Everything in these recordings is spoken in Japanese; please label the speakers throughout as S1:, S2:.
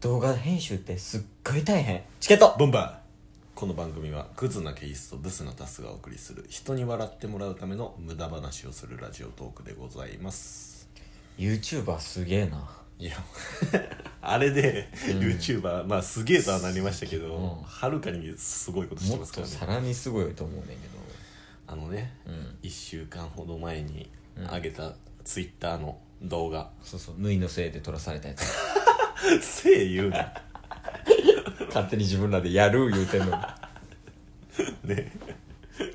S1: 動画編集ってすっごい大変チケット
S2: ボンバーこの番組はクズなケースとブスなタスがお送りする人に笑ってもらうための無駄話をするラジオトークでございます
S1: YouTuber すげえない
S2: やあれで、YouTuber まあすげえとはなりましたけど、
S1: うん
S2: はるかにすごいことして
S1: も
S2: ま
S1: っ
S2: すか
S1: と
S2: らね
S1: さらにすごいと思うねんけど
S2: あのね、
S1: ん
S2: 1週間ほど前に上げたツイッターの動画、
S1: そうそう縫いのせいで撮らされたやつ
S2: せい言うな
S1: 勝手に自分らでやる言うてんのに
S2: ね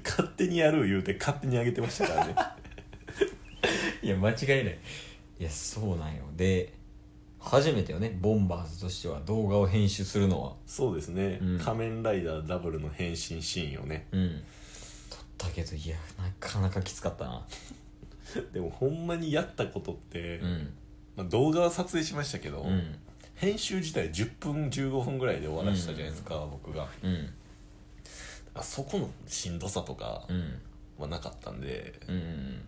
S2: 勝手にやる言うて勝手に上げてましたから ね
S1: いや間違いないいやそうなんよで初めてよねボンバーズとしては動画を編集するのは
S2: そうですね、
S1: うん
S2: 仮面ライダーダブルの変身シーンをね
S1: うん撮ったけどいやなかなかきつかったな
S2: でもほんまにやったことって、
S1: うん
S2: まあ、動画は撮影しましたけど、
S1: うん
S2: 編集自体10分15分ぐらいで終わらしたじゃないですか、僕が
S1: うん
S2: あそこのしんどさとか
S1: うん
S2: はなかったんで、
S1: うんうんうん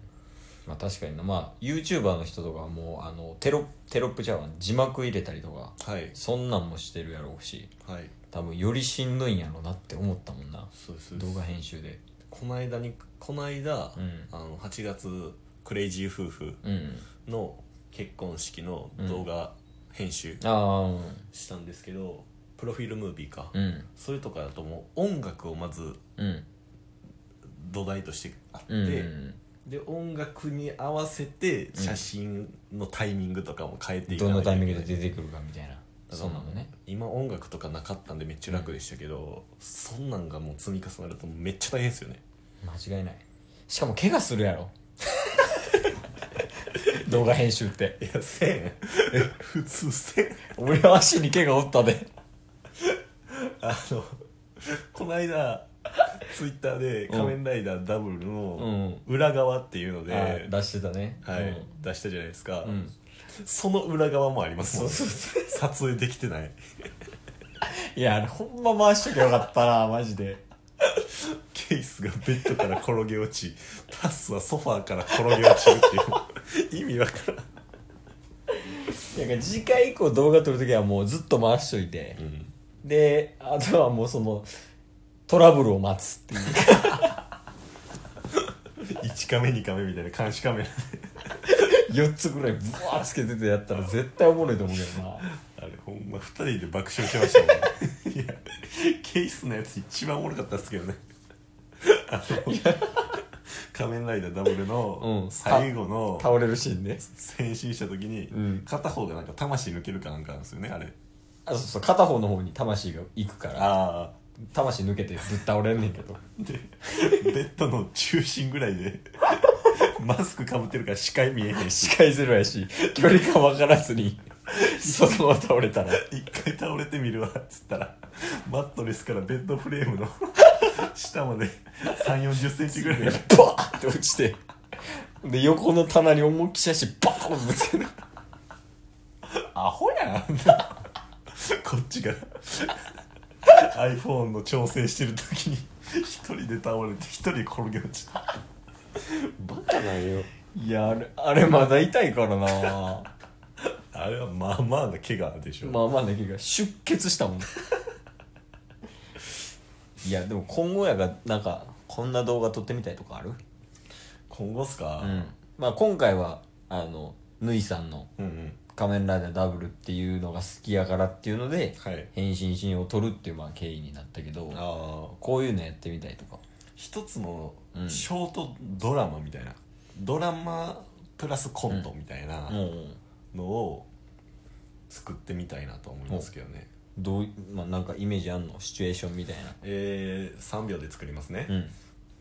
S1: まあ確かになまあ YouTuber の人とかはもうあのテロテロップちゃうわ字幕入れたりとか
S2: はい
S1: そんなんもしてるやろうし
S2: はい
S1: 多分よりしんどいんやろうなって思ったもんな
S2: そうです
S1: 動画編集で
S2: この間にこの間、
S1: うん
S2: あの8月クレイジー夫婦
S1: うん
S2: の結婚式の動画編集
S1: ああうん
S2: したんですけど、プロフィールムービーか、
S1: うん
S2: それとかだともう音楽をまず
S1: うん
S2: 土台としてあって、
S1: うんうん
S2: で音楽に合わせて写真のタイミングとかも変えてい
S1: どんなタイミング
S2: で
S1: で出てくるかみたいなそ
S2: そうう
S1: な
S2: な
S1: の
S2: の
S1: ね
S2: ね今音楽とかなかったんでめっちゃ楽でしたけど、そんなんがもう積み重なるとめっちゃ大変ですよね
S1: 間違いないしかも怪我するやろ 動画編集って
S2: いやせん普通せん
S1: 俺は足に怪我おったで
S2: あのこの間ツイッターで「仮面ライダーダブルの裏側っていうので、
S1: あ出してたね
S2: はい
S1: うん
S2: 出したじゃないですか、
S1: うん
S2: その裏側もありますもんね
S1: そうそ
S2: 撮影できてない
S1: いやあれほんま回しときゃよかったなマジで
S2: ケースがベッドから転げ落ち タスはソファーから転げ落ちるっていう 意味わからん、
S1: なんか次回以降動画撮るときはもうずっと回しといて、であとはもうそのトラブルを待つっ ていう
S2: 1カメ2カメみたいな監視カメラで
S1: 4つぐらいブワーつけててやったら絶対おもろいと思うけどな
S2: あれほんま2人で爆笑してましたもんね いやケースのやつ一番おもろかったっすけどねあの仮面ライダーダブル
S1: う
S2: の
S1: ん
S2: 最後の
S1: 倒れるシーンね
S2: 変身した時に
S1: うん
S2: 片方がなんか魂抜けるかなんかなんですよねあれ
S1: あそうそう片方の方に魂が行くから
S2: ああ
S1: 魂抜けてぶっ倒れんねんけど
S2: でベッドの中心ぐらいで マスクかぶってるから視界見えへんし
S1: 視界ゼロやし距離感分からずにそのまま倒れたら
S2: 一回倒れてみるわっつったらマットレスからベッドフレームの 下まで3 4 0センチぐらい
S1: バーって落ちてで横の棚に思いっきりしバーンぶつけた
S2: アホやんこっちが iPhone の調整してる時に一人で倒れて一人転げ落ちたバカだよ
S1: いやあれあれまだ痛いからな
S2: あれはまあまあな怪我でしょ、
S1: まあまあだけど出血したも んいやでも今後やがなんかこんな動画撮ってみたいとかある
S2: 今後っすか、
S1: うんまあ今回はあのぬいさんの
S2: うんうん
S1: 「仮面ライダーダブル」っていうのが好きやからっていうので
S2: はい
S1: 変身シーンを撮るっていうまあ経緯になったけど
S2: ああ
S1: こういうのやってみたいとか
S2: 一つの
S1: うん
S2: ショートドラマみたいな、ドラマプラスコントみたいな
S1: もうん
S2: のを作ってみたいなと思いますけどね、
S1: どういまあなんかイメージあんのシチュエーションみたいな
S2: えー、3秒で作りますね、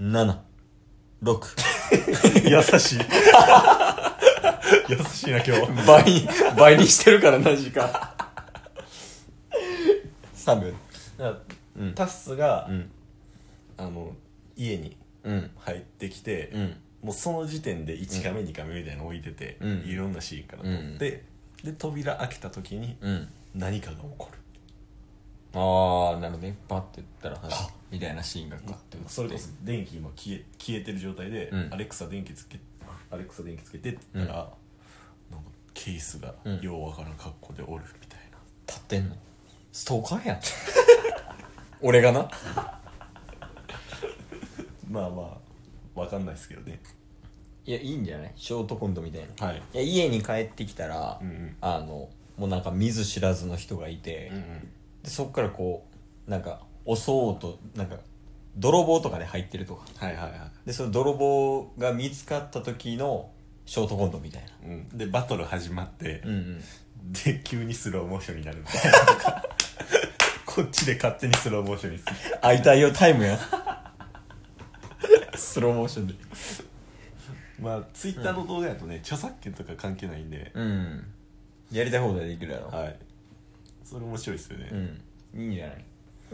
S1: うん76
S2: 優しい優しいな今日
S1: 倍に倍にしてるからな時間3秒
S2: だから
S1: うん
S2: タッスが、
S1: うん
S2: あの家に
S1: うん
S2: 入ってきて、
S1: うん
S2: もうその時点で1カメ2カメみたいなの置いてて、
S1: うん
S2: いろんなシーンから撮って、で扉開けた時に
S1: うん
S2: 何かが起こる
S1: ああなるほどねパッて言ったらはいみたいなシーンがガッて映って
S2: それこそ電気今消え消えてる状態で、
S1: うん
S2: アレクサ電気つけアレクサ電気つけてって言ったら、なんかケースが
S1: うん
S2: ようわからん格好でおるみたいな、
S1: たっってんのストーカーやん 俺がな
S2: まあまあわかんないですけどね
S1: いやいいんじゃないショートコントみたいな、
S2: はい
S1: いや家に帰ってきたら、
S2: うんうん
S1: あのもうなんか見ず知らずの人がいて、
S2: ん
S1: でそっからこうなんか襲おうとなんか泥棒とかで入ってるとか
S2: はいはいは
S1: でその泥棒が見つかった時のショートコントみたいな、
S2: い、うん、でバトル始まって、
S1: うんうん、
S2: で急にスローモーションになるみたいな こっちで勝手にスローモーションにする
S1: 相対応タイムや スローモーションで
S2: まあツイッターの動画やとね、著作権とか関係ないんで、
S1: うんやりたい放題できるやろ、
S2: はいそれ面白いですよね、
S1: うんいいんじゃない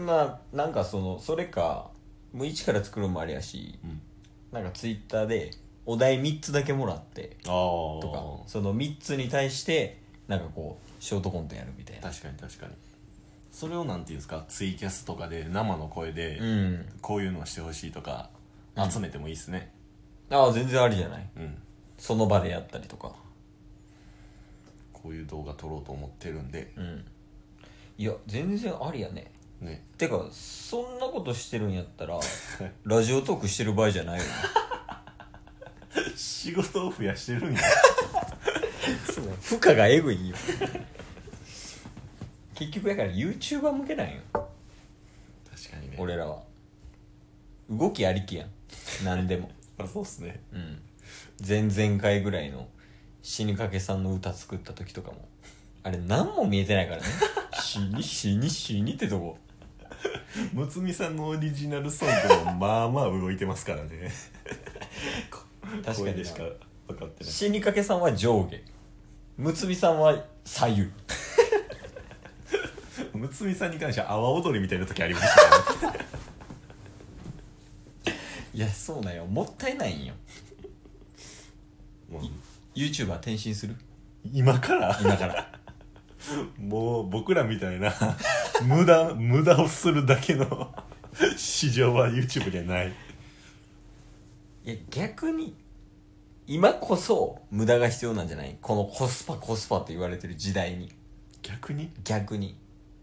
S1: まあなんかそのそれかもう一から作るのもありやし
S2: うん
S1: なんかツイッターでお題3つだけもらって
S2: ああ
S1: とかその3つに対してなんかこうショートコントやるみたいな
S2: 確かに確かにそれをなんていうんですかツイキャスとかで生の声で、
S1: うん
S2: こういうのをしてほしいとか
S1: うん
S2: 集めてもいいですね
S1: ああ全然ありじゃない
S2: うん、
S1: その場でやったりとか
S2: こういう動画撮ろうと思ってるんで
S1: うんいや全然ありやね
S2: ね
S1: てかそんなことしてるんやったらラジオトークしてる場合じゃないよね
S2: 仕事を増やしてるんや
S1: 負荷がエグいよ結局やから YouTuber 向けないよ
S2: 確かにね
S1: 俺らは動きありきやん何でも
S2: あそうっすね
S1: うん前々回ぐらいの死にかけさんの歌作った時とかもあれ何も見えてないからね死に死に死にってとこ
S2: むつみさんのオリジナルソングもまあまあ動いてますからね
S1: 確かにな
S2: 声でしか分かってない
S1: 死にかけさんは上下むつみさんは左右
S2: むつみさんに関しては阿波踊りみたいな時ありましたからね
S1: いやそうなんよもったいないんよ
S2: もう
S1: YouTuber 転身する
S2: 今から
S1: 今から
S2: もう僕らみたいな 無駄無駄をするだけの市場は YouTube じゃない
S1: いや逆に今こそ無駄が必要なんじゃないこのコスパコスパって言われてる時代に
S2: 逆に
S1: 逆に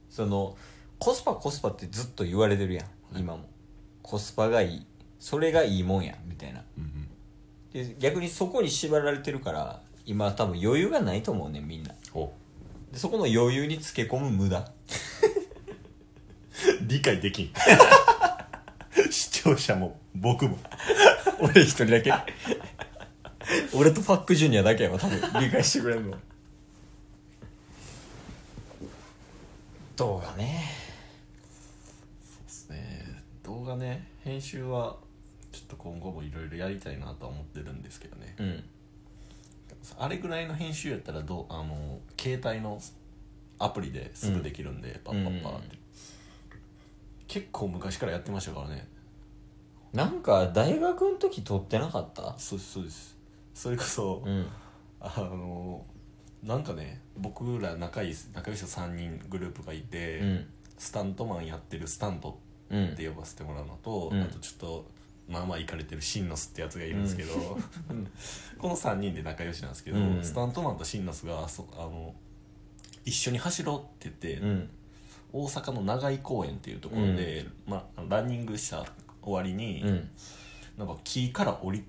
S1: そのコスパコスパってずっと言われてるやん今もコスパがいいそれがいいもんやみたいな
S2: うん
S1: で逆にそこに縛られてるから今多分余裕がないと思うねんみんな
S2: お
S1: でそこの余裕につけ込む無駄
S2: 理解でき ん視聴者も僕も
S1: 俺一人だけ 俺とファックジュニアだけやわ多分理解してくれんの動画ね
S2: ですね動画ね編集はちょっと今後もいろいろやりたいなとは思ってるんですけどね
S1: うん
S2: あれぐらいの編集やったらどうあの携帯のアプリですぐできるんで、パッパッパーって、結構昔からやってましたからね
S1: なんか大学の時撮ってなかった
S2: そうですそうですそれこそ、
S1: うん
S2: あのなんかね僕ら仲いい仲良し3人グループがいて、
S1: うん
S2: スタントマンやってるスタント
S1: うん
S2: って呼ばせてもらうのと、
S1: うん
S2: あとちょっとまあまあいかれてるシンノスってやつがいるんですけど、
S1: ん
S2: この3人で仲良しなんですけど、
S1: うん
S2: スタントマンとシンノスがそあの一緒に走ろうって言って、
S1: うん
S2: 大阪の長井公園っていうところで、まあ、ランニングした終わりに、
S1: うん
S2: なんか木から降り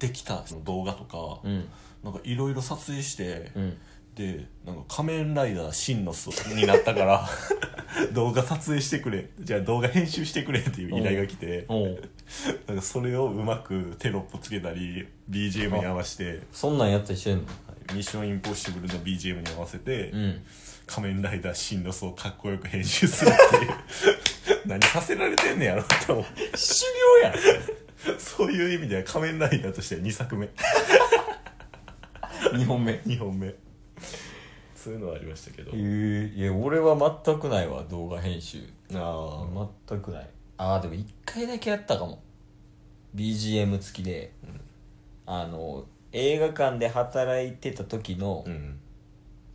S2: てきたその動画とか、
S1: うん
S2: なんかいろいろ撮影して、
S1: うん
S2: でなんか仮面ライダーシンノスになったから 動画撮影してくれじゃあ動画編集してくれっていう依頼が来て、
S1: おう
S2: なんかそれをうまくテロップつけたり BGM に合わせて
S1: そんなんやったりしてんの
S2: 「ミッションインポッシブル」の BGM に合わせて「
S1: うん
S2: 仮面ライダーシンのスをかっこよく編集するって いう何させられてんねやろって思う
S1: 修行やん
S2: そういう意味では仮面ライダーとしては2作目
S1: 2本目へ
S2: 2本目そういうのはありましたけど
S1: えいや俺は全くないわ動画編集
S2: ああ
S1: 全くないああでも1回だけやったかも BGM 付きで、あの映画館で働いてた時の
S2: うん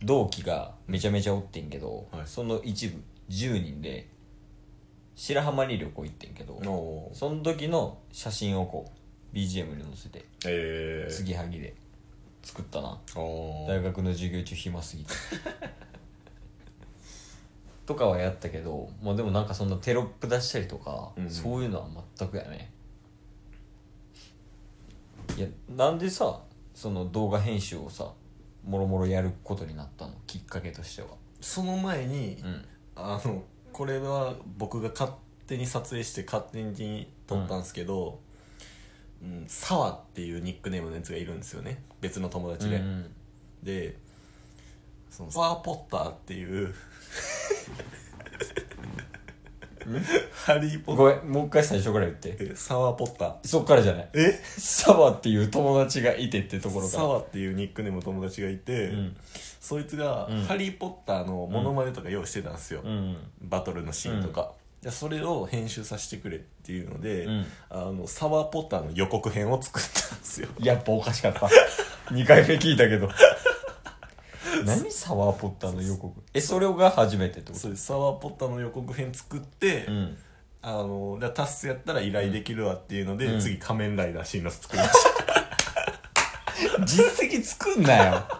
S1: 同期がめちゃめちゃおってんけど、
S2: はい
S1: その一部10人で白浜に旅行行ってんけど、
S2: おー
S1: その時の写真をこう BGM に載せて
S2: ええ
S1: 継ぎはぎで作ったな
S2: おー
S1: 大学の授業中暇すぎて とかはやったけど、まあ、でもなんかそんなテロップ出したりとか、
S2: うん
S1: そういうのは全くやねいやなんでさその動画編集をさもろもろやることになったのきっかけとしては
S2: その前に、
S1: うん
S2: あのこれは僕が勝手に撮影して勝手に撮ったんですけど、うん、サワっていうニックネームのやつがいるんですよね別の友達で、
S1: うん
S2: でそのサワーポッターっていうハリー・ポッ
S1: ごめんもう一回最初から言って
S2: ターサワーポッター
S1: そっからじゃない
S2: え
S1: サバっていう友達がいてってところか
S2: サ
S1: ら
S2: ワっていうニックネームの友達がいて、
S1: うん
S2: そいつが
S1: うん
S2: 「ハリー・ポッター」のモノマネとか用意してたんですよ、
S1: うん
S2: バトルのシーンとか、でそれを編集させてくれっていうので、
S1: うん
S2: あのサワーポッターの予告編を作ったんですよ
S1: やっぱおかしかった2回目聞いたけど何サワーポッターの予告えそれが初めてってこと
S2: そうサワーポッターの予告編作って、
S1: うん
S2: あのでタスやったら依頼できるわっていうので、
S1: うん
S2: 次仮面ライダーシーナス作りました
S1: 実績作んなよ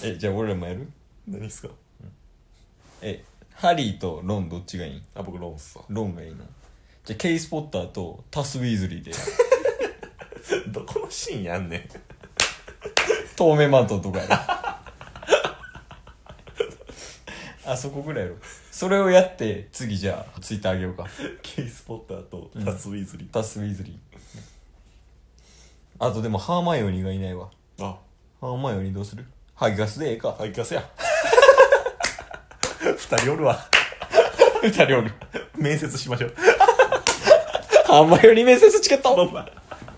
S1: えじゃあ俺らもやる
S2: 何ですか
S1: えハリーとロンどっちがいい
S2: あ僕ロンっすわ
S1: ロンがいいのじゃあケイスポッターとタス・ウィーズリーで
S2: どこのシーンやんねん
S1: トーメマントと かやろあそこぐらいやろそれをやって次じゃあツイッターあげようか
S2: ケイス・ポッターとタス・ウィズリー、
S1: タス・ウィズリーあとでもハーマイオニーがいないわ
S2: あ
S1: ハーマイオニーどうするハギガスでええ か
S2: あいかせや二人おるわ
S1: 二人おる
S2: 面接しましょう
S1: ハーマイオニー面接チケット
S2: バンバン